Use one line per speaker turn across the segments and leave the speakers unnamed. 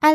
艾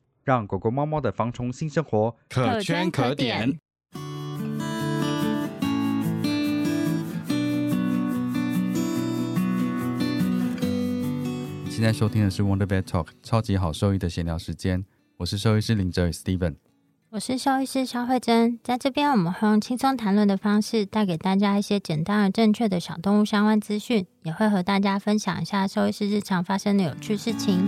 让狗狗猫猫的防虫新生活。
可圈可点。
你现在收听的是 Wonder Vet Talk 超级好兽医的闲聊时间，我是兽医师林哲宇 Steven。
我是兽医师肖慧珍，在这边我们会用轻松谈论的方式，带给大家一些简单而正确的小动物相关资讯，也会和大家分享一下兽医师日常发生的有趣事情。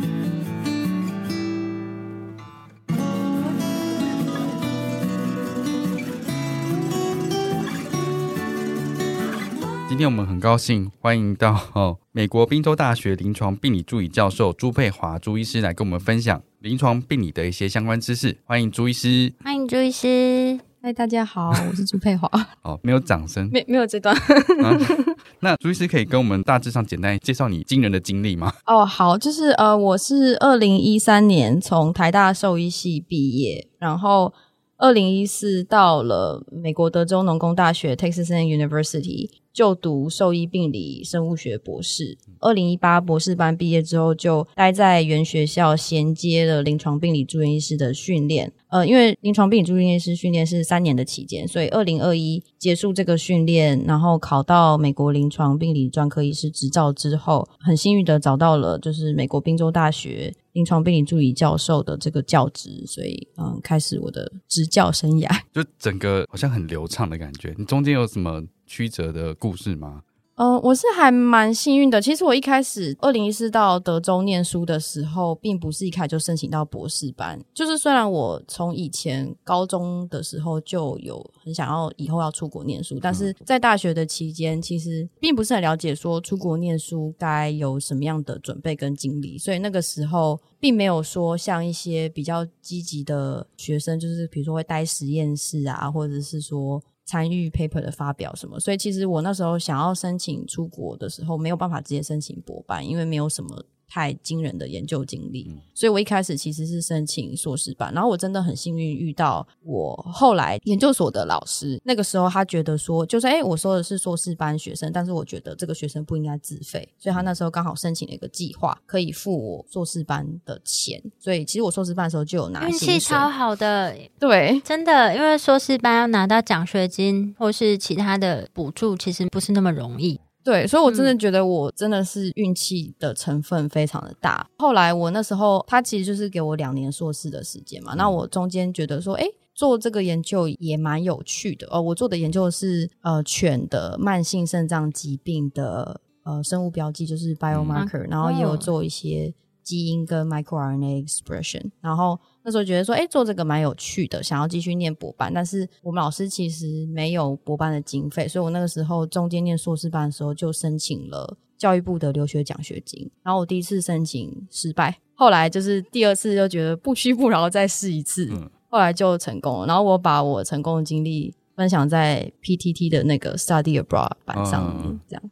今天我们很高兴欢迎到、哦、美国宾州大学临床病理助理教授朱佩华朱医师来跟我们分享临床病理的一些相关知识。欢迎朱医师。
欢迎朱医师，
嗨，大家好，我是朱佩华。
哦，没有掌声。
没没有这段
啊 那朱医师可以跟我们大致上简单介绍你惊人的经历吗？
哦，好，就是呃，我是二零一三年从台大兽医系毕业，然后二零一四到了美国德州农工大学 Texas A University 就读兽医病理生物学博士。二零一八博士班毕业之后，就待在原学校衔接了临床病理住院医师的训练。呃，因为临床病理住院医师训练是三年的期间，所以二零二一结束这个训练，然后考到美国临床病理专科医师执照之后，很幸运的找到了就是美国宾州大学临床病理助理教授的这个教职，所以嗯，开始我的执教生涯。
就整个好像很流畅的感觉。你中间有什么曲折的故事吗？
嗯，我是还蛮幸运的。其实我一开始二零一四到德州念书的时候，并不是一开始就申请到博士班。就是虽然我从以前高中的时候就有很想要以后要出国念书，但是在大学的期间，其实并不是很了解说出国念书该有什么样的准备跟经历，所以那个时候并没有说像一些比较积极的学生，就是比如说会待实验室啊，或者是说参与 paper 的发表什么，所以其实我那时候想要申请出国的时候，没有办法直接申请博班，因为没有什么太惊人的研究经历，所以我一开始其实是申请硕士班，然后我真的很幸运遇到我后来研究所的老师，那个时候他觉得说，就是哎、诶我说的是硕士班学生，但是我觉得这个学生不应该自费，所以他那时候刚好申请了一个计划，可以付我硕士班的钱，所以其实我硕士班的时候就有拿
运气
薪水，
超好的，
对，
真的，因为硕士班要拿到奖学金或是其他的补助，其实不是那么容易。
对，所以我真的觉得我真的是运气的成分非常的大。后来我那时候他其实就是给我两年硕士的时间嘛，那我中间觉得说，哎。做这个研究也蛮有趣的哦。我做的研究是呃犬的慢性肾脏疾病的呃生物标记，就是 biomarker，、然后也有
哦
做一些基因跟 microRNA expression。然后那时候觉得说，哎、做这个蛮有趣的，想要继续念博班，但是我们老师其实没有博班的经费，所以我那个时候中间念硕士班的时候就申请了教育部的留学奖学金，然后我第一次申请失败，后来就是第二次就觉得不屈不挠再试一次，
嗯
后来就成功了。然后我把我成功的经历分享在 PTT 的那个 Study Abroad 版上面，
嗯
这样。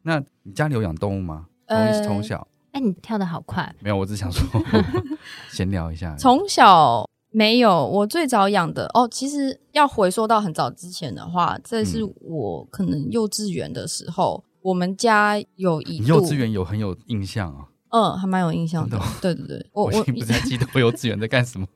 那你家里有养动物吗？从
呃
从小
哎、你跳的好快，
没有，我只想 说闲聊一下。
从小没有，我最早养的哦，其实要回溯到很早之前的话，这是我可能幼稚园的时候，我们家有
你
一度
幼稚园有很有印象啊？
嗯，还蛮有印象的。
真的
对对对，我
我已
我
经不太记得我幼稚园在干什么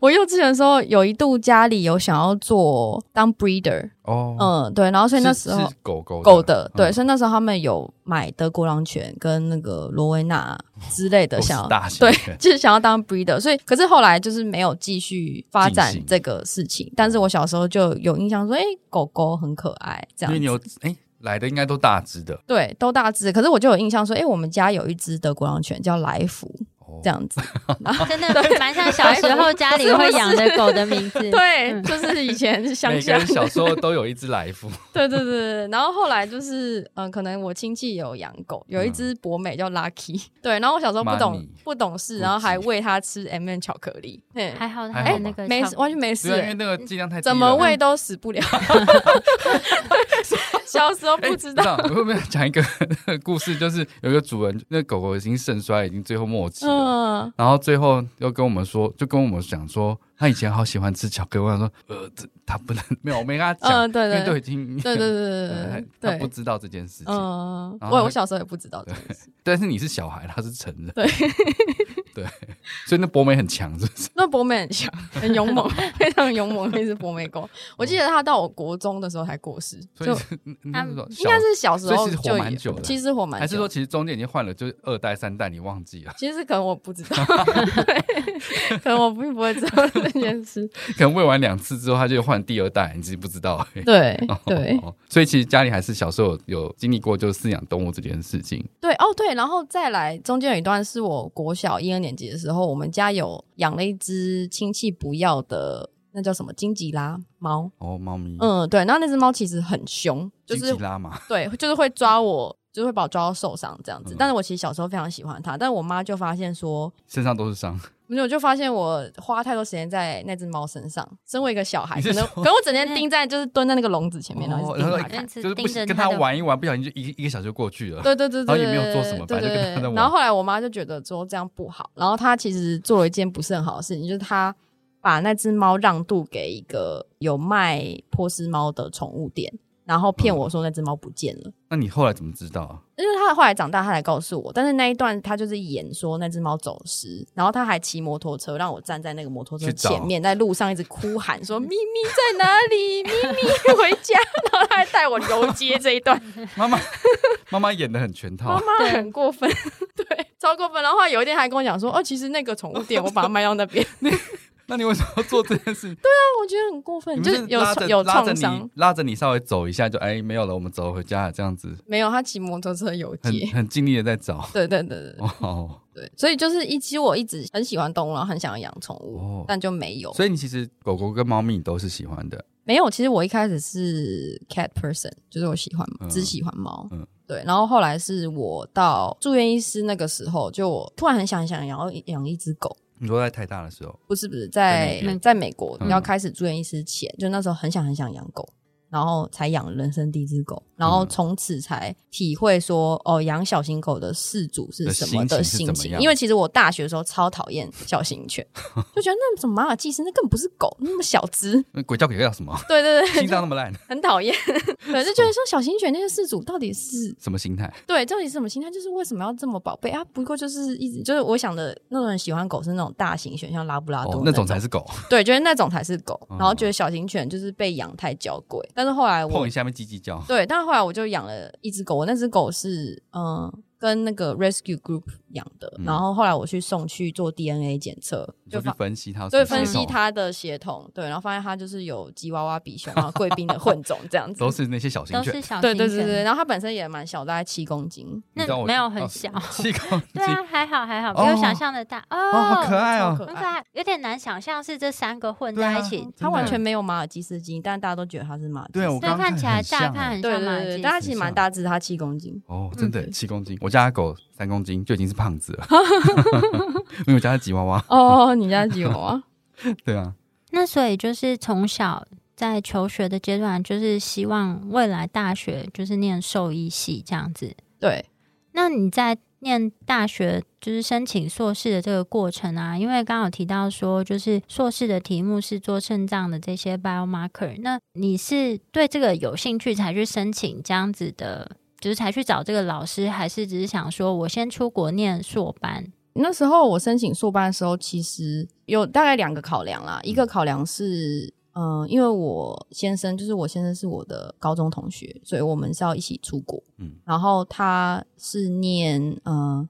我幼稚园的时候有一度家里有想要做当 breeder，
哦。
嗯，对，然后所以那
是
时候
是狗狗嗯
狗的，对，
是
所以那时候他们有买德国狼犬跟那个罗威纳之类的，
都是
想要
大型
对
犬，
就是想要当 breeder，所以可是后来就是没有继续发展
进行
这个事情。但是我小时候就有印象说，哎、狗狗很可爱，这
因为你
样
有哎来的应该都大只的，
对，都大只。可是我就有印象说，哎、我们家有一只德国狼犬叫来福，
哦
这样子。
真的蛮像小时候家里会养的狗的名字。
对，
嗯
就是以 前是乡
每个
下
人。小时候都有一只来 福，
对对对对，然后后来就是，嗯、可能我亲戚有养狗，有一只博美叫 Lucky，对， 然后我小时候不懂
嗯 Money
不懂事，
不
然后还
急
喂它吃 M、m 巧克力，嘿
还好
还
他的
好
那
吧
个
没
唱
事，完全没事、欸
对啊，因为那个剂量太低了
怎么喂都死 不了。小时候
哎
不知道，
我会不会讲一个故事？就是有一个主人，那狗狗已经肾衰，已经最后末期了。
嗯，
然后最后又跟我们说，就跟我们讲说，他以前好喜欢吃巧克力。我想说，呃，这他不能没有，我没跟他讲，
嗯对对
因为都已经
对对
呃
对
他
对
他不
对对，
知道这件事情。
嗯，
然后他
我我小时候也不知道这件事。
但是你是小孩，他是成人，
对，
对，所以那博美很强，是不是？
那博美很强，很勇 猛，非常勇猛的一只博美狗。我记得它到我国中的时候才过世，
嗯所
就
以是那那种
应
小
该是小时
所以
候
其实活
就
蛮
有
久的
其实活蛮久，
还是说，其实中间已经换了，就是二代、三代，你忘记了？
其实可能我不知道，对，可能我并不会知道这件 事。
可能喂完两次之后，他就换第二代，你自己不知道而已。
对对
哦，所以其实家里还是小时候有有经历过，就是饲养动物这件事情。
对哦对，然后再来中间有一段是我国小一二年级的时候，我们家有养了一只亲戚不要的，那叫什么金吉拉猫。
哦，猫咪，，
嗯，对，然后那只猫其实很凶，就
金
是
吉拉嘛，
对，就是会抓我，就是会把我抓到受伤这样子
嗯。
但是我其实小时候非常喜欢它，但我妈就发现说，
身上都是伤，
没有，我就发现我花太多时间在那只猫身上。身为一个小孩，
你是
可能
说
可能我整天盯在，就是蹲在那个笼子前面，然后
哦
一直盯
然
着
后
它看。
就是不行
盯着
跟
它
他
的
玩一玩，不小心就一一个小时就过去了。
对对对对，
然后也没有做什么
对
反正就跟
对
他在
对。
玩
然后后来我妈就觉得说这样不好，然后她其实做了一件不是很好的事情，就是她把那只猫让渡给一个有卖波斯猫的宠物店，然后
嗯
骗我说那只猫不见了。
那你后来怎么知道 啊？
因为他后来长大，他才告诉我，但是那一段他就是演说那只猫走失，然后他还骑摩托车让我站在那个摩托车
去找
前面，在路上一直哭喊说：“咪咪在哪里？咪咪回家！”然后他还带我游街这一段，
妈妈，妈妈演的很全
妈
套，
妈很过分， 对，超过分。然后后来有一天还跟我讲说：“哦，其实那个宠物店我把它卖到那边。”
那 你为什么要做这件 事？
那我觉得很过
你
分，
们
就是有
拉着
有
拉着
创
你
伤。
拉着你稍微走一下，就哎没有了，我们走回家了，这样子
没有，他骑摩托车游
很
街。
很尽力的在 找。
对对对对对
哦，
对，所以就是一，其实我一直很喜欢动物，然后很想要养宠物，
哦
但就没有。
所以你其实狗狗跟猫咪你都是喜欢的，
没有，其实我一开始是 cat person，就是我喜欢
嗯
只喜欢猫，
嗯
对。然后后来是我到住院医师那个时候，就我突然很想很想要养一只狗，
你说在太大的时候，
不是不是
在美
在
国
在美国
嗯
要开始住院医师前，就那时候很想很想养狗，然后才养人生第一只狗，然
嗯
后从此才体会说哦，养小型狗的饲主是什么
的
的
心情是
心
怎么
情。
样
因为其实我大学的时候超讨厌小 型犬，就觉得那怎么马尔济斯那根本不是狗，那么小只，
那鬼叫鬼叫什 么？
对对对，
心脏那么烂，
很讨厌， 对，就觉得说小型犬那些事主到底是
什么心态？
对到底是什么心态？就是为什么要这么宝贝啊？不过就是一直就是我想的那种人喜欢狗是那种大型犬，像拉布拉多、
哦，
那
那种 才是狗，
对，觉得那种才是狗，
嗯
然后觉得小型犬就是被养太娇贵。但是后来
碰
我
一下面叽叽叫。
对，但是后来我就养了一只狗，我那只狗是嗯、呃跟那个 rescue group 养的，
嗯
然后后来我去送去做 DNA 检测，
你
就
说去
发。
分析它有什
对，
么血统，
分析它的血统，对，然后发现它就是有吉娃娃、比熊，然后贵宾的混种这样子，
都是那些小型
都
犬
是。小
对对
型
对
犬
对，然后它本身也蛮小，大概七公斤，
你知道我
那没有很小
哦 七公斤
对啊，还好还好，没有想象的大哦，
哦，好可爱
超
哦
可，
很可
爱。
爱，有点难想象是这三个混
对啊
在一起，
它完
真的
全没有马尔济斯基因，但大家都觉得它是马尔济
对
斯。
我
所以
刚刚
看起来乍
欸
看很
对
像
对
马尔
对对，
济
但它
斯。
其实蛮大只，它七公斤。
哦，真的
嗯
七公斤，我家的狗三公斤就已经是胖子了， 因为我家的吉娃娃，
哦，你家几有 啊？
对啊，
那所以就是从小在求学的阶段，就是希望未来大学就是念兽医系这样子。
对，
那你在念大学就是申请硕士的这个过程啊，因为刚刚有提到说，就是硕士的题目是做肾脏的这些 biomarker，那你是对这个有兴趣才去申请这样子的就是才去找这个老师，还是只是想说我先出国念硕班？
那时候我申请硕班的时候，其实有大概两个考量啦。一个考量是，嗯、因为我先生就是我先生是我的高中同学，所以我们是要一起出国。
嗯
嗯，然后他是念呃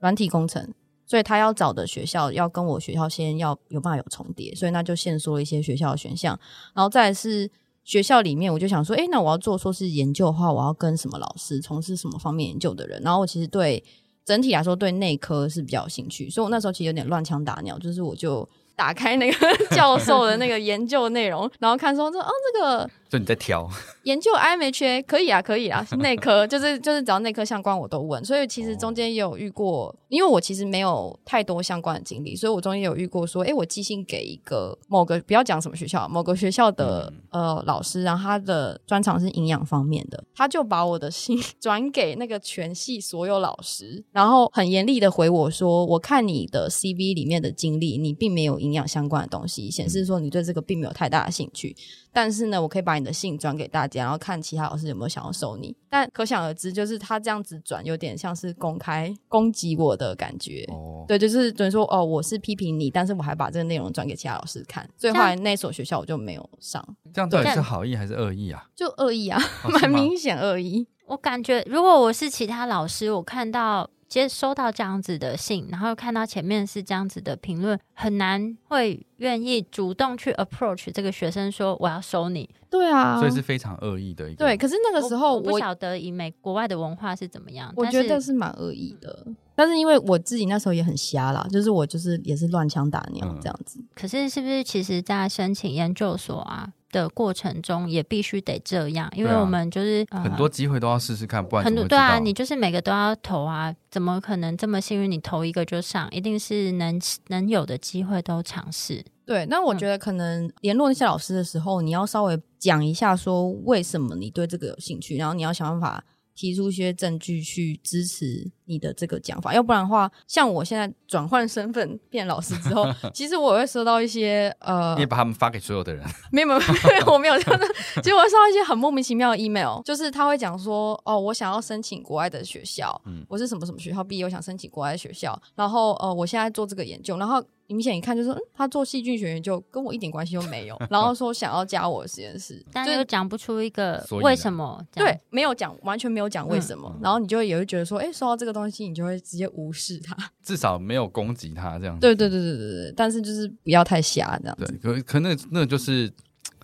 软体工程，所以他要找的学校要跟我学校先要有办法有重叠，所以那就限缩了一些学校的选项。然后再来是学校里面，我就想说，诶，那我要做硕士研究的话，我要跟什么老师，从事什么方面研究的人？然后我其实对整体来说对内科是比较有兴趣，所以我那时候其实有点乱枪打鸟，就是我就。打开那个 教授的那个研究内容，然后看说这哦，这个
就你在挑，
研究 IMHA 可以啊，可以啊，是内科就是就是只要内科相关我都问，所以其实中间也有遇过，因为我其实没有太多相关的经历，所以我中间有遇过说，诶，我寄信给一个某个不要讲什么学校，某个学校的、呃老师，然后他的专长是营养方面的，他就把我的信 转给那个全系所有老师，然后很严厉的回我说，我看你的 CV 里面的经历，你并没有营养相关的东西，显示说你对这个并没有太大的兴趣。但是呢，我可以把你的信转给大家，然后看其他老师有没有想要收你。但可想而知，就是他这样子转，有点像是公开攻击我的感觉。
哦，
对，就是等于说，哦，我是批评你，但是我还把这个内容转给其他老师看，所以后来那所学校我就没有上，
这样到底是好意还是恶意啊？
就恶意啊，
哦是
蛮
吗
明显恶意。
我感觉如果我是其他老师，我看到接收到这样子的信，然后看到前面是这样子的评论，很难会愿意主动去 approach 这个学生说我要收你。
对啊，
所以是非常恶意的一个。
对。可是那个时候
我
我
不晓得以美国外的文化是怎么样，
我
但
觉得是蛮恶意的。嗯但是因为我自己那时候也很瞎啦，就是我就是也是乱枪打鸟
嗯
这样子，
可是是不是其实，在申请研究所啊的过程中，也必须得这样，因为
对啊
我们就是、呃
很多机会都要试试看，不然
很
怎
多
么
对啊，
知道
你就是每个都要投啊，怎么可能这么幸运？你投一个就上，一定是能能有的机会都尝试。
对，那我觉得可能联络那些老师的时候，你要稍微讲一下说为什么你对这个有兴趣，然后你要想办法提出一些证据去支持你的这个讲法，要不然的话，像我现在转换身份变老师之后，其实我也会收到一些呃
你也，把他们发给所有的人，
没有 没有，没有我没有这 样的，其实我会收到一些很莫名其妙的 email，就是他会讲说，哦，我想要申请国外的学校，
嗯
我是什么什么学校毕业，我想申请国外的学校，然后呃，我现在做这个研究，然后明显一看就是，嗯，他做细菌学研究跟我一点关系都没 有，然后说想要加我的实验室，
但
就
又讲不出一个
所以呢
为什么这样，
对，没有讲，完全没有讲为什么，
嗯嗯
然后你就也会觉得说，哎、收到这个东西，你就会直接无视它。
至少没有攻击他这样子。
对对对对对对，但是就是不要太瞎这样子。
对，可可那个那个就是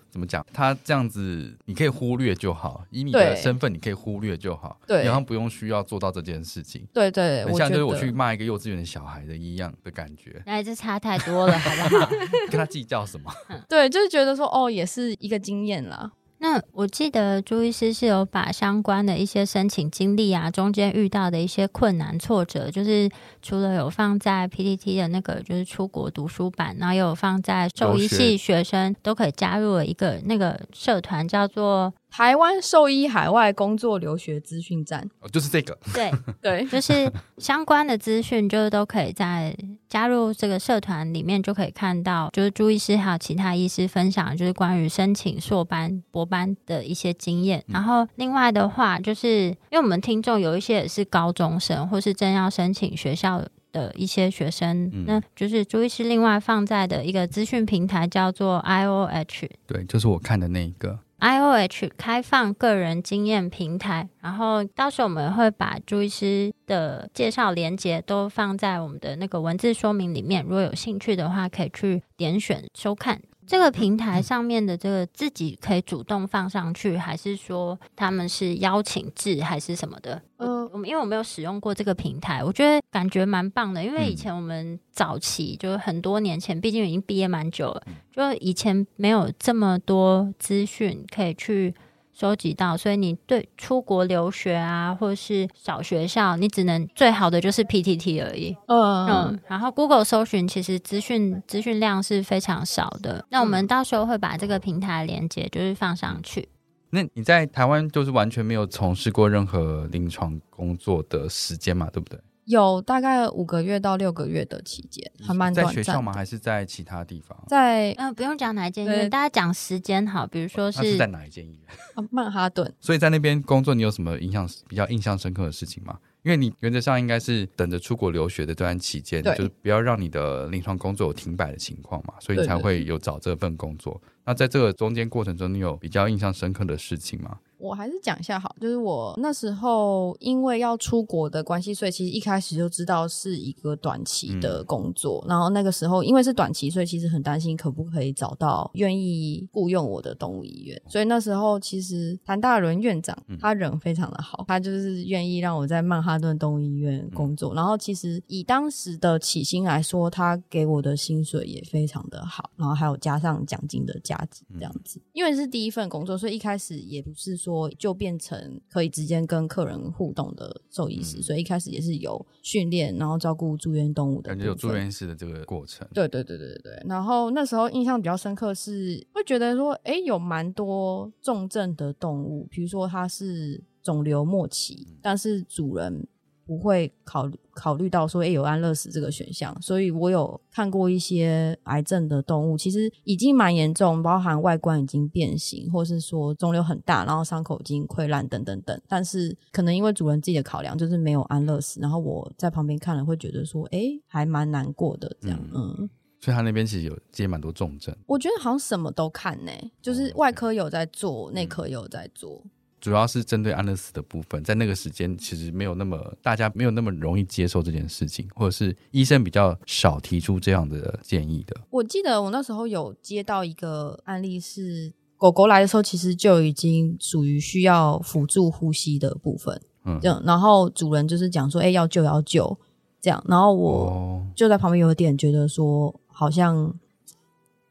怎么讲？他这样子你可以忽略就好，以你的
对
身份你可以忽略就好，
对
你好像不用需要做到这件事情。
对对，
很
我
像
觉
就是
得
我去骂一个幼稚园的小孩的一样的感觉
那这差太多了，好不好？
跟他计较什么？
对，就是觉得说，哦，也是一个经验啦。
那我记得朱医师是有把相关的一些申请经历啊，中间遇到的一些困难挫折，就是除了有放在 PPT 的那个就是出国读书版，然后也有放在兽医系学生都可以加入了一个那个社团，叫做
台湾兽医海外工作留学资讯站。
哦就是 这个，
对，
对，
就是相关的资讯，就是都可以在加入这个社团里面就可以看到，就是朱医师还有其他医师分享，就是关于申请硕班、博班的一些经验。然后另外的话，就是因为我们听众有一些也是高中生，或是正要申请学校。的一些学生，
嗯
那就是朱医师另外放在的一个资讯平台，叫做 IOH，
对，就是我看的那一个。
IOH 开放个人经验平台，然后到时候我们会把朱医师的介绍连接都放在我们的那个文字说明里面，如果有兴趣的话，可以去点选收看。这个平台上面的这个自己可以主动放上去，还是说他们是邀请制还是什么的？
嗯
我们因为我没有使用过这个平台，我觉得感觉蛮棒的。因为
嗯
以前我们早期、就是很多年前，毕竟已经毕业蛮久了，就以前没有这么多资讯可以去收集到，所以你对出国留学啊，或是小学校，你只能最好的就是 PTT 而已。
嗯，
嗯，然后 Google 搜寻其实资讯资讯量是非常少的。那我们到时候会把这个平台连接就是放上去。
那你在台湾就是完全没有从事过任何临床工作的时间嘛，对不对？
有大概五个月到六个月的期间，还蛮
在
短
学校
暂
吗？
的。
还是在其他地方？
在
嗯、不用讲哪一间医
对
院，大家讲时间好，比如说
那
是
在哪一啊间医院？
啊曼哈顿，
所以在那边工作，你有什么印象比较印象深刻的事情吗？因为你原则上应该是等着出国留学的这段期间，
对
就是不要让你的临床工作有停摆的情况嘛，所以你
对
才
对
会有找这份工作。那在这个中间过程中，你有比较印象深刻的事情吗？
我还是讲一下好，就是我那时候因为要出国的关系，所以其实一开始就知道是一个短期
嗯
的工作。然后那个时候因为是短期，所以其实很担心可不可以找到愿意雇佣我的动物医院。所以那时候其实谭大伦院长
嗯
他人非常的好，他就是愿意让我在曼哈顿动物医院工作。然后其实以当时的起薪来说，他给我的薪水也非常的好，然后还有加上奖金的加值
嗯
这样子。因为是第一份工作，所以一开始也不是说就变成可以直接跟客人互动的兽医师，
嗯
所以一开始也是有训练，然后照顾住院动物的
感觉有
部分
住院室的这个过程，
对对对对对对。然后那时候印象比较深刻是，会觉得说，哎，有蛮多重症的动物，比如说它是肿瘤末期，
嗯
但是主人不会考虑考虑到说，哎，有安乐死这个选项。所以我有看过一些癌症的动物，其实已经蛮严重，包含外观已经变形，或是说肿瘤很大，然后伤口已经溃烂等等等。但是可能因为主人自己的考量，就是没有安乐死。然后我在旁边看了，会觉得说，哎，还蛮难过的这样，
嗯
嗯
所以他那边其实有接蛮多重症，
我觉得好像什么都看呢、
哦
就是外科有在做，
嗯
内科有在做。
主要是针对安乐死的部分，在那个时间其实没有那么大家没有那么容易接受这件事情，或者是医生比较少提出这样的建议的。
我记得我那时候有接到一个案例是，狗狗来的时候其实就已经属于需要辅助呼吸的部分，
嗯，
这样，然后主人就是讲说，哎、要救要救，这样，然后我
哦，
就在旁边有点觉得说，好像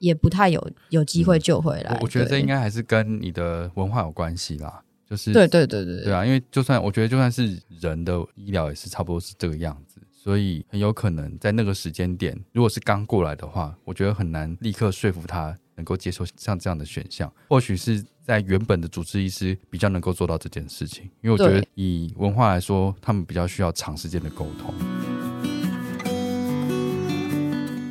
也不太有有机会救回来。
嗯我我觉得这
对
应该还是跟你的文化有关系啦，就是
对对对对
对啊，因为就算我觉得就算是人的医疗也是差不多是这个样子，所以很有可能在那个时间点，如果是刚过来的话，我觉得很难立刻说服他能够接受像这样的选项。或许是在原本的主治医师比较能够做到这件事情，因为我觉得
对
以文化来说，他们比较需要长时间的沟通。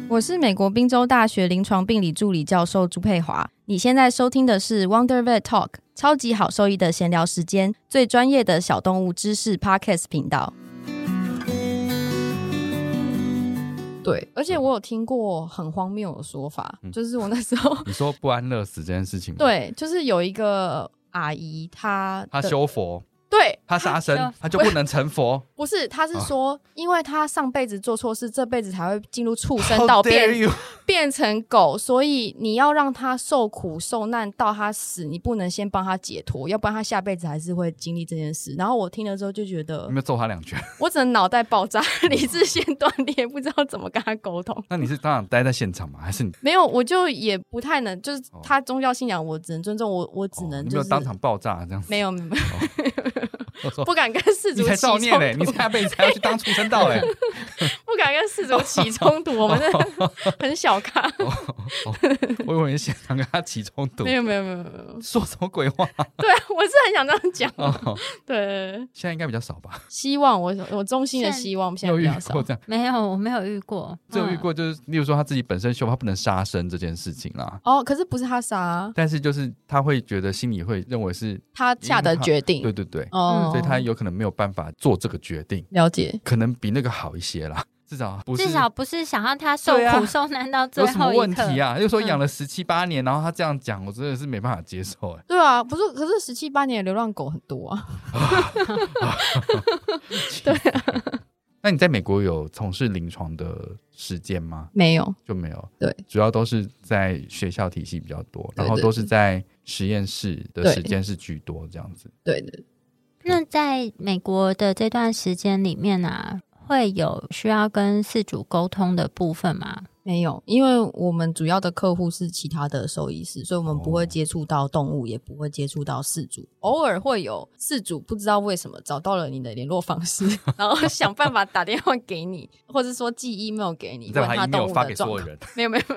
我是美国宾州大学临床病理助理教授朱佩华。你现在收听的是 Wonder Vet Talk 超级好兽医的闲聊时间，最专业的小动物知识 Podcast 频道。对，而且我有听过很荒谬的说法，
嗯
就是我那时候
你说不安乐死这件事情，，
对，就是有一个阿姨，她
他
的
修佛，
对
他杀
修
生，他就不能成佛。
不是，她是说，因为她上辈子做错事，这辈子才会进入畜生
How
道
dare
变
you！
变成狗，所以你要让它受苦受难到它死，你不能先帮它解脱，要不然它下辈子还是会经历这件事。然后我听了之后就觉得
有没，有揍他两拳？
我只能脑袋爆炸，理智线断裂，不知道怎么跟他沟通。
那你是当场待在现场吗？还是你
没有，我就也不太能，就是他宗教信仰，我只能尊重，我我只
哦
能
你没
就
有
是、
当场爆炸这样 子？
没有没有，
我说
不敢跟世
你
俗
才
起
造
冲
孽嘞！
突
你，下辈子还要去当畜生道欸嘞！
不敢跟世俗起冲突， 我们真
哦
的 很小咖。
我以为你现场跟他起冲突
没，有没有没有没有没有，
说什么鬼话？
对啊，我是很想这样讲。
哦，
对对，对
现在应该比较少吧？
希望我我衷心的
现
希望现
你
在
有
比
遇
较少
过。这样？
没有，我没有遇过，
这有遇
嗯
过就是，例如说他自己本身凶，他不能杀生这件事情啦。
哦，可是不是他杀，啊
但是就是他会觉得心里会认为是，
他下的决定。
对对对，
哦，
所以他有可能没有办法做这个决定，
了解。
可能比那个好一些啦，至少不是
至少不是想让他受
对啊
苦受难到最
有什么
后一
问
刻。
题啊？又
嗯
说养了十七八年，然后他这样讲，我真的是没办法接受哎。
对啊，不是，可是十七八年的流浪狗很多啊。
对啊。那你在美国有从事临床的时间吗？
没有，
就没有，
对，
主要都是在学校体系比较多，
对
然后都是在实验室的
对
时间是居多这样子。
对的。
那在美国的这段时间里面啊，会有需要跟饲主沟通的部分吗？
没有，因为我们主要的客户是其他的兽医师，所以我们不
哦
会接触到动物，也不会接触到饲主。偶尔会有饲主不知道为什么找到了你的联络方式， 然后想办法打电话给你，或者说寄 email 给你，
你再
问
把
他
email
动物
发
的
给
状
所有
况。
人，
没有没有，就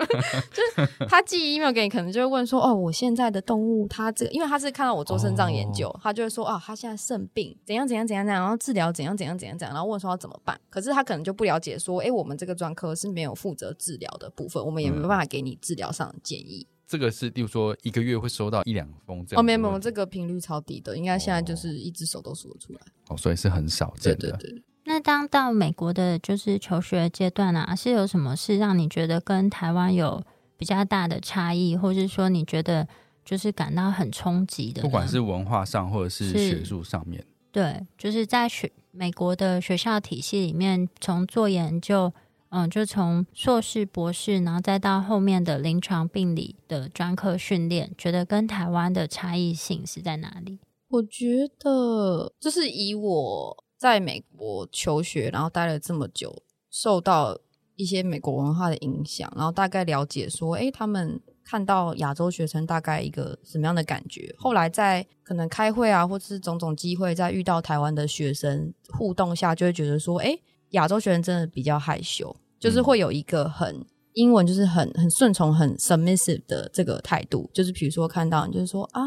是他寄 email 给你，可能就会问说，哦，我现在的动物，它这个，因为他是看到我做肾脏研究，他就会说，哦，他现在肾病怎样怎样怎样怎样，然后治疗怎样怎样怎样怎样，然后问说要怎么办。可是他可能就不了解说，哎，我们这个专科是没有负责治疗的部分，我们也没办法给你治疗上的建议。
这个是，例如说一个月会收到一两封这样的问题。
哦，没有没有，这个频率超低的，应该现在就
哦
是一只手都数得出来。
哦，所以是很少
对
见
对
的。
对，
那当到美国的就是求学阶段啊，是有什么事让你觉得跟台湾有比较大的差异，或是说你觉得就是感到很冲击的呢？
不管是文化上或者是
是
学术上面，
对，就是在学美国的学校体系里面，从做研究，嗯，就从硕士、博士，然后再到后面的临床病理的专科训练，觉得跟台湾的差异性是在哪里？
我觉得就是以我在美国求学，然后待了这么久，受到一些美国文化的影响，然后大概了解说，诶，他们看到亚洲学生大概一个什么样的感觉。后来在可能开会啊，或者是种种机会，在遇到台湾的学生互动下，就会觉得说，诶，亚洲学生真的比较害羞，就是会有一个很。英文就是很很顺从、很 submissive 的这个态度，就是比如说看到你就是说啊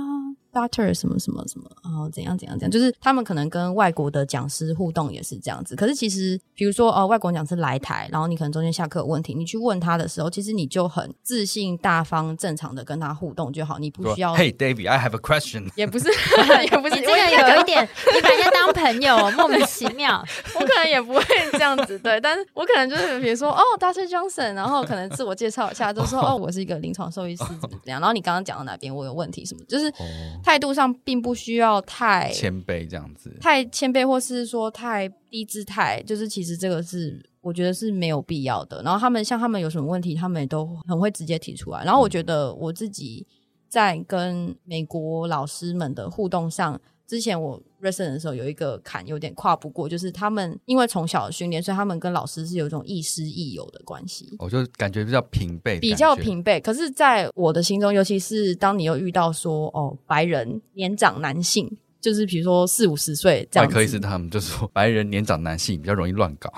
，butter 什么什么什么，然后怎样怎样怎样，就是他们可能跟外国的讲师互动也是这样子。可是其实，比如说呃，外国讲师来台，然后你可能中间下课有问题，你去问他的时候，其实你就很自信、大方、正常的跟他互动就好，你不需要。
Hey David，I have a question。
也不是，也不是，
你这
我也
个有一 点，你把人家当朋友，哦莫名其妙。
我可能也不会这样子，对，但是我可能就是比如说，哦，大师 Johnson，然后可能自我介绍一下，就说，哦，我是一个临床兽医师，怎么怎么样。然后你刚刚讲到哪边我有问题什么，就是态度上并不需要太
谦卑这样子，
太谦卑，或是说太低姿态，就是其实这个是我觉得是没有必要的。然后他们像他们有什么问题，他们也都很会直接提出来。然后我觉
嗯
得我自己在跟美国老师们的互动上，之前我 resident 的时候有一个坎有点跨不过，就是他们因为从小的训练，所以他们跟老师是有一种亦师亦友的关系。
我就感觉比较平辈，
比较。平辈。可是，在我的心中，尤其是当你又遇到说哦，白人年长男性，就是比如说四五十岁这
外
样
科医师
子，
他们就说，白人年长男性比较容易乱搞，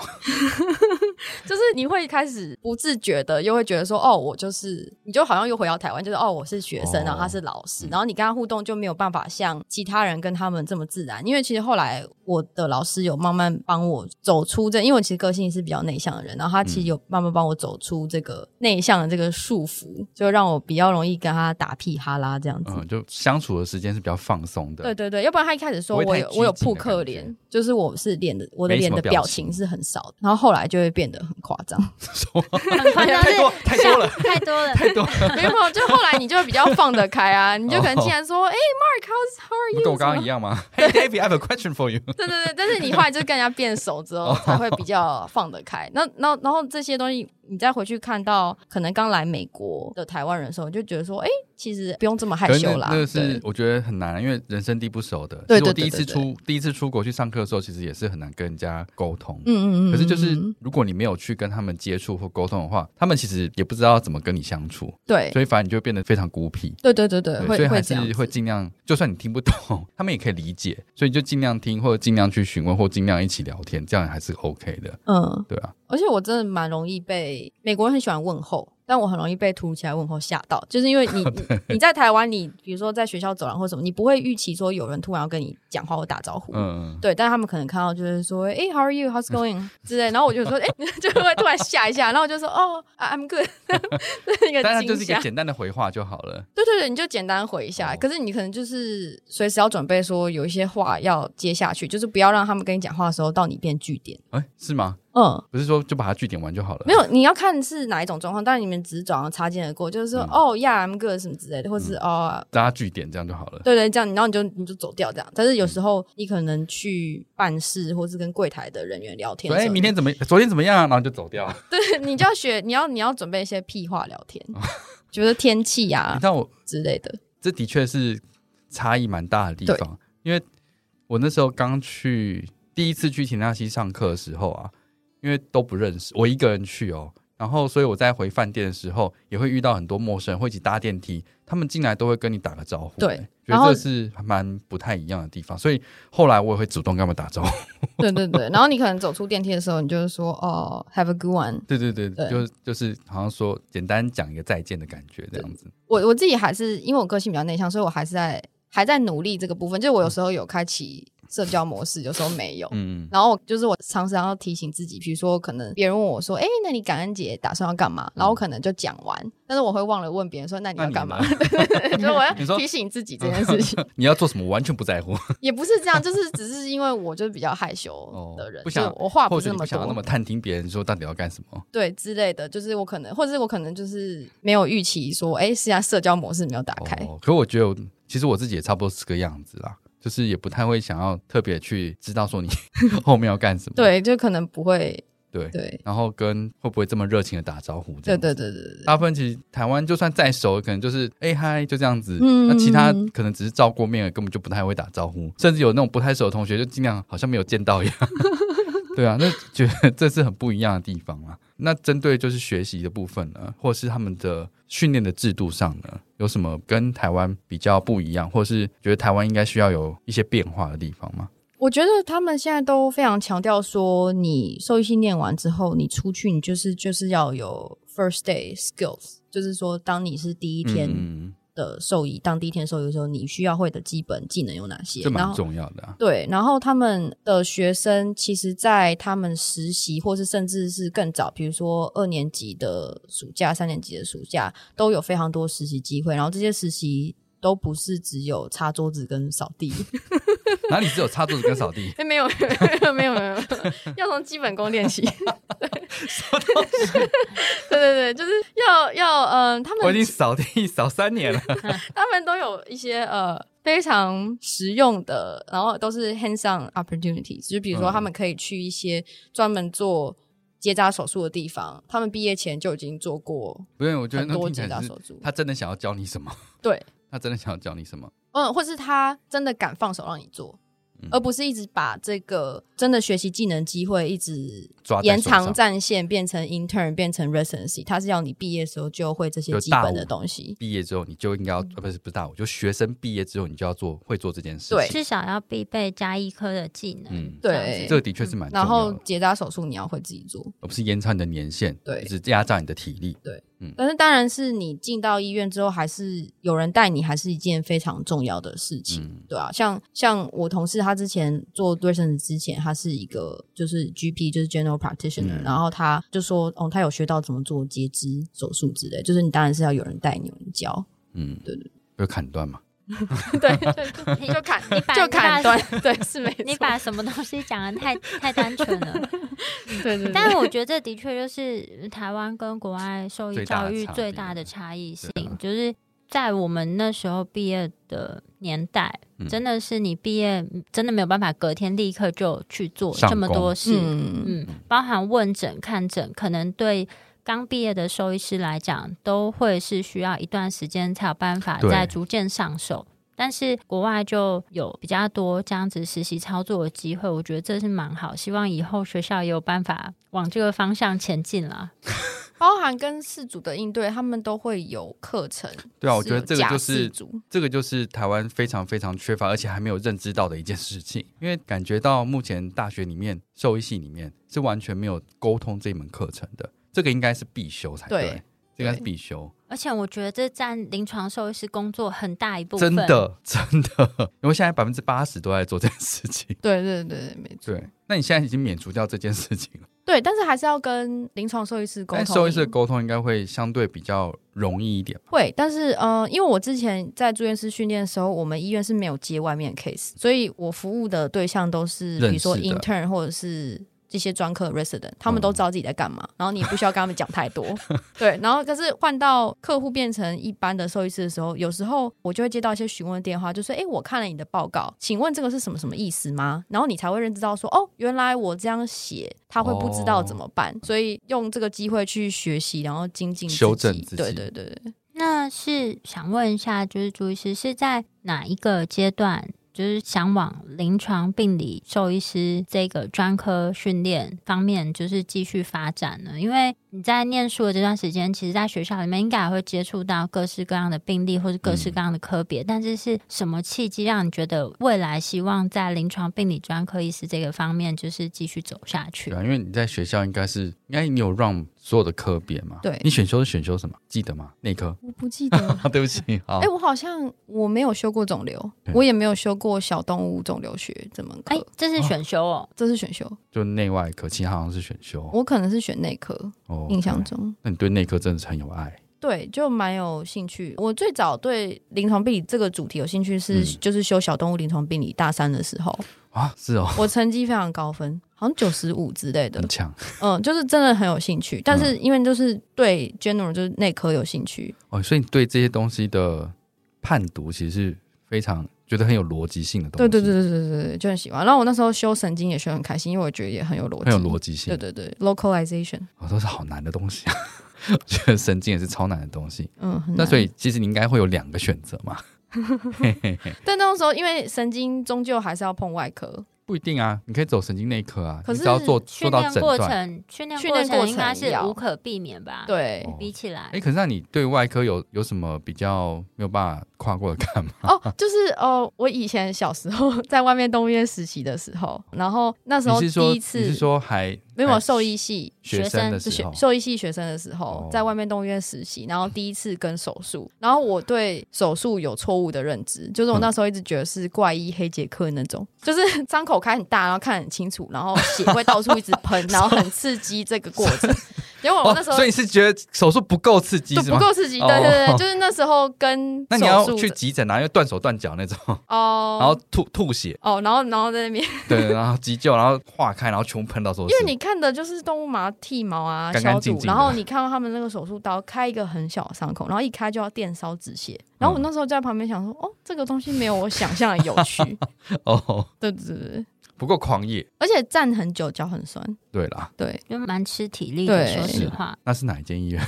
就是你会开始不自觉的，又会觉得说哦，我就是，你就好像又回到台湾，就是哦，我是学生，
哦
然后他是老师，然后你跟他互动就没有办法像其他人跟他们这么自然。因为其实后来我的老师有慢慢帮我走出这，因为我其实个性是比较内向的人，然后他
嗯
其实有慢慢帮我走出这个内向的这个束缚，就让我比较容易跟他打屁哈拉这样子。
嗯，就相处的时间是比较放松的。
对对对，要不然他一开始
不
说
会
我
太
有
拘
我有
谨
扑
的
克
感觉
脸，就是我是脸的我的
没什
脸
么
的
表
表
情
情是很少的，然后后来就会变得很夸张，
很夸张，
太多
是
太多了，
太多了。
太多 了。
没有没有，就后来你就会比较放得 开啊，你就可能竟然说，哎、m a r k how's how are
不
you？
跟我刚
什
刚
么
一样 吗？Hey David，I have a question for you。
对对对，但是你后来就跟人家变熟 之后，才会比较放得开。那那然后这些东西，你再回去看到可能刚来美国的台湾人的时候，你就觉得说，哎、其实不用这么害
可是
羞
那
啦。
那个
对
是我觉得很难，因为人生地不熟的。
对
其实我
对
第
对
一次
对对
出第一次出国去上课的时候，其实也是很难跟人家沟通。
嗯嗯嗯，
可是就是
嗯嗯嗯
如果你没有去跟他们接触或沟通的话，他们其实也不知道怎么跟你相处，
对
所以反而你就会变得非常孤僻。
对对对对，
所以还
会会
是
这样
会
子
尽量，就算你听不懂，他们也可以理解，所以就尽量听，或者尽量去询问，或尽量一起聊天，这样还是 OK 的，
嗯。
对啊。
而且我真的蛮容易被美国人很喜欢问候，但我很容易被突如其来问候吓到，就是因为 你你你在台湾，你比如说在学校走廊或什么，你不会预期说有人突然要跟你讲话或打招呼。
嗯，
对，但他们可能看到就是说，哎、h o w are you? How's going? 之类，然后我就说，哎、就会突然吓一下，然后我就说，哦、i m good，那 个
当然
惊
就是一个
吓
简单的回话就好了。
对对对，你就简单回一下。
哦
可是你可能就是随时要准备说有一些话要接下去，就是不要让他们跟你讲话的时候到你变据点。
哎，是吗？
嗯，
不是说就把它据点完就好了？
没，有，你要看是哪一种状况。当然，你们只是早上擦肩而过，就是说、
嗯
哦呀，I'm good 什么之类的，或是、哦，
大家据点这样就好了。
对对，这样，然后你就你就走掉这样。但是有时候你可能去办事，或是跟柜台的人员聊天
说
的时候，
哎，明天怎么？昨天怎么样？然后就走掉。
对 你就要学，你要你要准备一些屁话聊天，觉得天气
你
呀、
知道我
之类 的。
这的确是差异蛮大的地方，因为我那时候刚去第一次去田纳西上课的时候啊，因为都不认识，我一个人去哦，然后，所以我在回饭店的时候，也会遇到很多陌生人，会一起搭电梯，他们进来都会跟你打个招呼、
对
欸觉
然
得
后
这是蛮不太一样的地方。所以后来我也会主动跟他们打招呼。
对对对，然后你可能走出电梯的时候，你就是说哦，have a good one。
对对对，
对
就是就是好像说简单讲一个再见的感觉这样子。
我我自己还是因为我个性比较内向，所以我还是在还在努力这个部分。就是我有时候有开启社交模式，有时候没有。
嗯，
然后我就是我常常要提醒自己，比如说可能别人问我说：“哎、那你感恩节打算要干嘛？”然
嗯
后我可能就讲完，但是我会忘了问别人说：“那你要干嘛？” 就是我
你
要
说
提醒自己这件 事情，
你要做什么我完全不在乎，
也不是这样，就是只是因为我就是比较害羞的人，
哦不想
就我话
或
不
者
是
你不
么
想
多，
要那么探听别人说到底要干什么。
对之类的，就是我可能，或者是我可能就是没有预期说，哎、现在社交模式没有打开，
哦，可我觉得我其实我自己也差不多是个样子啦，就是也不太会想要特别去知道说你 后面要干什么。
对，就可能不会，
对
对，
然后跟会不会这么热情的打招呼这
对
样子？
对对对对，
大部分其实台湾就算再熟，可能就是哎嗨、就这样子。
嗯
那其他
嗯嗯
可能只是照过面了，根本就不太会打招呼，甚至有那种不太熟的同学，就尽量好像没有见到一样。 对啊，那觉得这是很不一样的地方啊。那针对就是学习的部分呢，或是他们的训练的制度上呢，有什么跟台湾比较不一样，或是觉得台湾应该需要有一些变化的地方吗？
我觉得他们现在都非常强调说，你兽医系念完之后，你出去你就是就是要有 first day skills，就是说当你是第一天
嗯、
的兽医，当第一天兽医的时候，你需要会的基本技能有哪些？
这
然
蛮
后
重要的啊。
对，然后他们的学生其实，在他们实习，或是甚至是更早，比如说二年级的暑假、三年级的暑假，都有非常多实习机会。然后这些实习都不是只有擦桌子跟扫地，
哪里只有擦桌子跟扫地？
哎， 没有，没有，没有，没有，要从基本功练起。 对对对，就是要要，嗯、他
我已经
们
扫地扫三年了。
他们都有一些呃非常实用的，然后都是 hands-on opportunities，就比如说
嗯
他们可以去一些专门做结扎手术的地方，他们毕业前就已经做过
不是，我觉得
很
那
多
听起
结扎
来是
手术，
他真的想要教你 什么，
对，
他真的想要教你什么。
嗯，或是他真的敢放手让你做。
嗯
而不是一直把这个真的学习技能机会一直
抓在
延
手
长
上
战线，变成 intern，变成 residency，它是要你毕业的时候就会这些
就
基
大
本的
五
东西。
毕业之后你就应该要，
嗯
呃，不是不是大五，就学生毕业之后你就要做会做这件事情。
对
至少要必备加医科的技能。
嗯
这样 子
对嗯
这个的确是蛮重要
然后
的，
结扎手术你要会自己做，
而不是延长你的年限，
对
只压榨你的体力。
但是当然是你进到医院之后，还是有人带你，还是一件非常重要的事情，
嗯
对啊，像像我同事他之前做 d r e s s e n 之前，他是一个就是 GP，就是 General Practitioner，、
嗯
然后他就说，哦，他有学到怎么做截肢手术之类，就是你当然是要有人带你，有人教，
嗯，
对对，
就砍断嘛。
对， 就就砍
你把
就
你把
砍断，对， 是没
你
错，
把什么东西讲的太太单纯了，
对对
但我觉得这的确就是嗯台湾跟国外受
最
益
大
教
的
育
差别
最大的差异性
对啊，
就是在我们那时候毕业的年代，
嗯
真的是你毕业嗯真的没有办法隔天立刻就去做
上
这么多
工
事，
嗯，
嗯，包含问诊、看诊，可能对刚毕业的兽医师来讲，都会是需要一段时间才有办法
对
再逐渐上手。但是国外就有比较多这样子实习操作的机会，我觉得这是蛮好。希望以后学校也有办法往这个方向前进啦。
包含跟事主的应对，他们都会有课程，
对啊，
是
我觉得
有
这个
假
就
事
是
主
这个就是台湾非常非常缺乏，而且还没有认知到的一件事情，因为感觉到目前大学里面兽医系里面是完全没有沟通这一门课程的，这个应该是必修才
对
对，这应该是必修。
而且我觉得这占临床兽医师工作很大一部分，
真的真的，因为现在百分之八十都在做这件事情。
对对对，没错。
对，那你现在已经免除掉这件事情了，
对，但是还是要跟临床兽医师沟
但
通。
哎兽医师的沟通应该会相对比较容易一点。
会，但是呃，因为我之前在住院师训练的时候，我们医院是没有接外面的 case，所以我服务的对象都是比如说
认识的
intern 或者是。这些专科 resident，他们
嗯
都知道自己在干嘛，然后你也不需要跟他们讲太多， 对。然后可是换到客户变成一般的兽医师的时候，有时候我就会接到一些询问电话，就说：“哎，我看了你的报告，请问这个是什么什么意思吗？”然后你才会认知到说：“哦，原来我这样写，他会不知道怎么办。所以用这个机会去学习，然后精进自己、
哦修正自己
对对对对。
那是想问一下，就是朱医师是在哪一个阶段就是想往临床病理兽医师这个专科训练方面，就是继续发展呢？因为你在念书的这段时间，其实在学校里面应该也会接触到各式各样的病例，或是
嗯
各式各样的科别。但是是什么契机让你觉得未来希望在临床病理专科医师这个方面就是继续走下去
对？啊，因为你在学校应该是应该你有让所有的科别嘛？
对
你选修是选修什么？记得吗？内科
我不记得。
啊，对不起，好，
哎、我好像我没有修过肿瘤
对，
我也没有修过小动物肿瘤学这门课，
哎，这是选修哦，
这是选修。
就内外科，其他好像是选修。
我可能是选内科，
哦
哦印象
，OK
中。
那你对内科真的是很有爱，
对，就蛮有兴趣。我最早对临床病理这个主题有兴趣是，
嗯
就是修小动物临床病理大三的 时候，
啊，是哦，
我成绩非常高分，好像九十五之类的
很。强
嗯，就是真的很有兴趣，但
嗯
是因为就是对 general 就是内科有兴趣，
哦，所以你对这些东西的判读其实是非常觉得很有逻辑性的东
对
西，
对对，对对对对，就很喜欢。然后我那时候修神经也修得很开心，因为我觉得也很有逻辑，
很有逻辑性
对，对对，localization，
哦，都是好难的东西啊。 我觉得神经也是超难的东西，
嗯，很
那
难
所以其实你应该会有两个选择嘛，
但那时候因为神经终究还是要碰外科，
不一定啊，你可以走神经内科啊，
可
你
是
只要做做
训
到
练
诊
过
断，
程，训练
训
过
练过
程应该
程
是
要
无可避免吧？，
对。
哦
比起来
哎、，可是那你对外科有有什么比较没有办法跨过的坎吗？
哦，就是哦，我以前小时候 在外面动物医院实习的时候，然后那时候
你是说
第一
你
次
是说哎还
没有
还
兽医系
学
学
生
生
的
是
时
学
候？
兽医系学生的时
哦
候，在外面动物医院实习，然后第一次跟手术，然后我对手术有错误的认知，就是我那时候一直觉得是怪医黑杰克那 种，就是伤口开很大，然后看很清楚，然后血会到处一直喷， 然后很刺激这个过程。结果我那时候
哦所以你是觉得手术不够刺激
就是不
吗？
够刺激，
哦
对对对，就是那时候跟
那你要
手术
去急诊啊，因为断手断脚那种，
哦，
然后吐吐血，
哦，然后然后在那边，
对，然后急救，然后化开，然后全部喷到手术
因
室。
为你看的就是动物麻剃毛啊、
干干
消
净
毒，
净的
然后你看到他们那个手术刀开一个很小的伤口，然后一开就要电烧止血，然
嗯
后我那时候在旁边想说，哦，这个东西没有我想象的有 趣，
哦，
对对对对，
不够狂野。
而且站很久脚很酸，
对啦，
对，
就蛮吃体力的。
对
说
是
实话，
那是哪一间医院？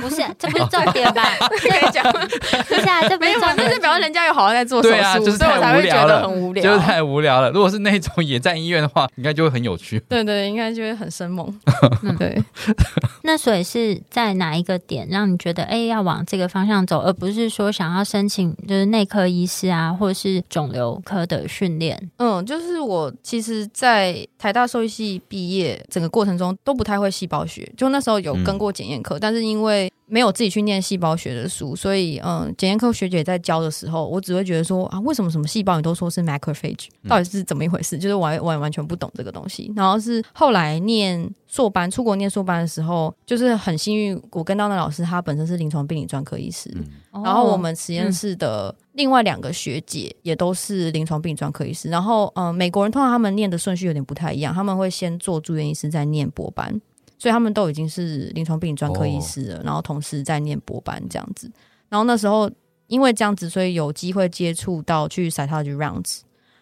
不是，啊这不是重点吧？
可以讲
不是啊，这不
没
是
有，
重点，
但是表示人家有好好在做手
对啊就
术，
是
所以我
太
才
无
会
聊
觉
了
得很无
就
聊
是。太无聊了。如果是那种野战医院的话，应该就会很有趣。
对对，应该就会很 生猛
嗯。
对，
那所以是在哪一个点让你觉得哎、诶要往这个方向走，而不是说想要申请就是内科医师啊，或者是肿瘤科的训练？
嗯，就是我其实，在台大兽医系毕业整个过程中都不太会细胞学，就那时候有
嗯
跟过检验课，但是因为没有自己去念细胞学的书，所以嗯，检验课学姐在教的时候，我只会觉得说啊，为什么什么细胞你都说是 macrophage，
嗯
到底是怎么一回事？就是我还我也完全不懂这个东西。然后是后来念硕班，出国念硕班的时候，就是很幸运，我跟到那老师，他本身是临床病理专科医师，
嗯，
然
然后我们实验室的另外两个学姐也都是临床病理专科医师。然后，嗯、美国人通常他们念的顺序有点不太一样，他们会先做住院医师，再念博班，所以他们都已经是临床病理专科医师了，然后同时在念博班这样子。然后那时候因为这样子，所以有机会接触到去 cytology rounds，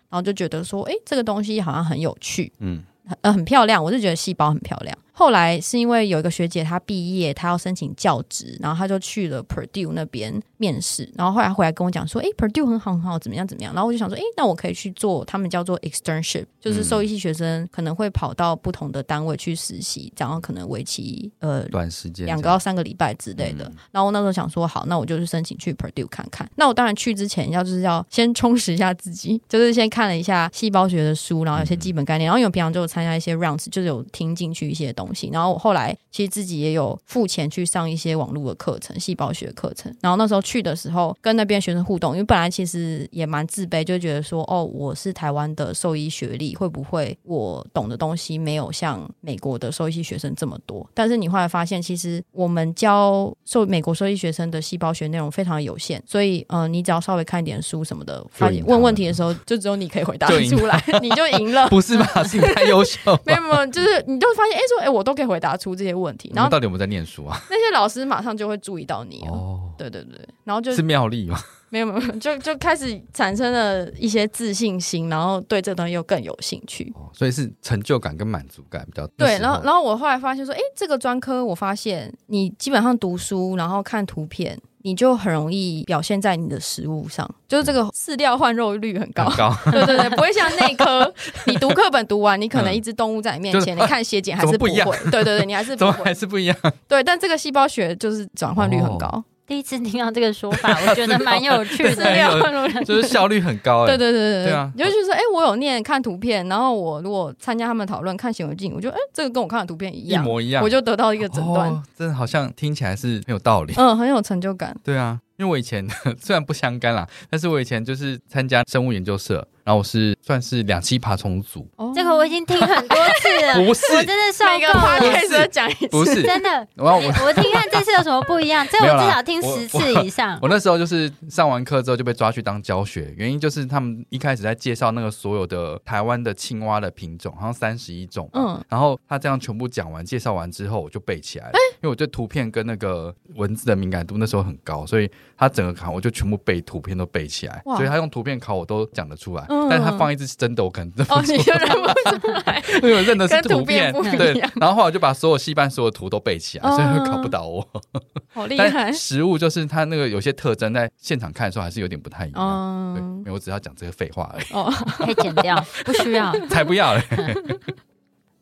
然后就觉得说，诶，这个东西好像很有趣，
嗯，
很呃很漂亮，我就觉得细胞很漂亮。后来是因为有一个学姐她毕业，她要申请教职，然后她就去了 Purdue 那边面试，然后后来回来跟我讲说，诶 p u r d u e 很好很好，怎么样怎么样。然后我就想说，诶，那我可以去做他们叫做 externship，就是兽医系学生可能会跑到不同的单位去实习，然后可能为期呃
短时间
两个
这样
到三个礼拜之类的。
嗯
然后我那时候想说，好，那我就去申请去 Purdue 看看。那我当然去之前要就是要先充实一下自己， 就是先看了一下细胞学的书，然后有些基本
嗯
概念。然后因为我平常就有参加一些 rounds，就是有听进去一些东西。然后我后来其实自己也有付钱去上一些网络的课程，细胞学课程。然后那时候去的时候跟那边学生互动，因为本来其实也蛮自卑，就觉得说哦，我是台湾的兽医学历，会不会我懂的东西没有像美国的兽医系学生这么多？但是你后来发现，其实我们教受美国兽医学生的细胞学内容非常有限，所以嗯、呃你只要稍微看一点书什么的，发
就赢
现
他们
问问题的时候，就只有你可以回答
就赢
出来， 你就赢了。
不 是吧？是你太优秀了。
没有没有，就是你就会发现，哎、说，哎、我都可以回答出这些问题，
你
然
们
后
到底有没有在念书啊？
那些老师马上就会注意到你了。
哦，
对对对，然后就是
妙丽吗？
没有没有，没有就就开始产生了一些自信心，然后对这个东西又更有兴趣。
哦，所以是成就感跟满足感比较。
对，然后然后我后来发现说，诶，这个专科我发现你基本上读书，然后看图片，你就很容易表现在你的食物上，就是这
嗯
个饲料换肉率很高
很。高，
对对对，不会像内科，你读课本读完，你可能
嗯
一只动物在你面
就是
前，你看血检还
怎么
是
不
不
一样
会。对对对，你还 是
怎
不
么
会
还。哦是不一样？
对，但这个细胞学就是转换率很高。
第一次听到这个说法，我觉得蛮有趣
饲
的。
料换肉率
就是效率很高哎、
对对对对
对啊
尤其是哎、诶我有念看图片，然后我如果参加他们讨论看显微镜，我就哎、诶这个跟我看的图片一
一
样，
模一样，
我就得到一个诊断，
哦，真的好像听起来是很有道理。
嗯，很有成就感。
对啊，因为我以前 虽然不相干啦，但是我以前就是参加生物研究社，然后我是算是两栖爬虫组，
哦哎
这个我已 经听很多次
啊
了，
不是
我真的受
每个
够
花
了，
开始讲一次，
不是？
真的。
然后我
我听看这次有什么不一样，这
没有
我
啦
至少听
我
十次以上。
我那时候就是上完课之后就被抓去当教学，原因就是他们一开始在介绍那个所有的台湾的青蛙的品种，好像三十一种，嗯
嗯，
然后他这样全部讲完介绍完之后，我就背起
哎
来了，因为我对图片跟那个文字的敏感度那时候很高，所以他整个考我就全部背图片都背起来，
哇
所以他用图片考我都讲得出来，
嗯
但是他放一只是真的我可能真的
哦，你就认不出来，
因为我认得是
跟图
片，
片不一
对
样，
然后后来我就把所有戏班所有图都背起来，所以他
嗯
考不倒我。
好厉害
但。食物就是它那个有些特征，在现场看的时候还是有点不太一样。对，
嗯
没，有，我只要讲这个废话而已，
哦，
可以剪掉，不需要。
才不要嘞！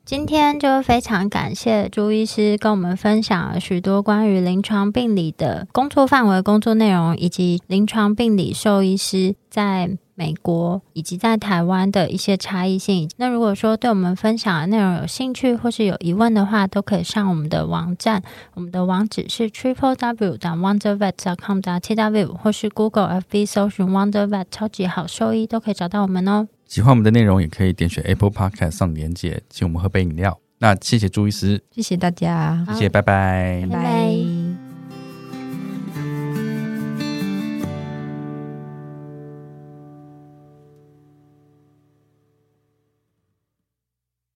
今天就非常感谢朱医师跟我们分享了许多关于临床病理的工作范围、工作内容，以及临床病理兽医师在美国以及在台湾的一些差异性。那如果说对我们分享的内容有兴趣或是有疑问的话，都可以上我们的网站，我们的网址是 triple w wondervet com t w 或是 Google FB 搜寻 wondervet 超级好兽医，都可以找到我们哦。
喜欢我们的内容，也可以点选 Apple Podcast 上连接，请我们喝杯饮料。那谢谢朱医师，
谢谢大家。
谢谢，拜拜
拜拜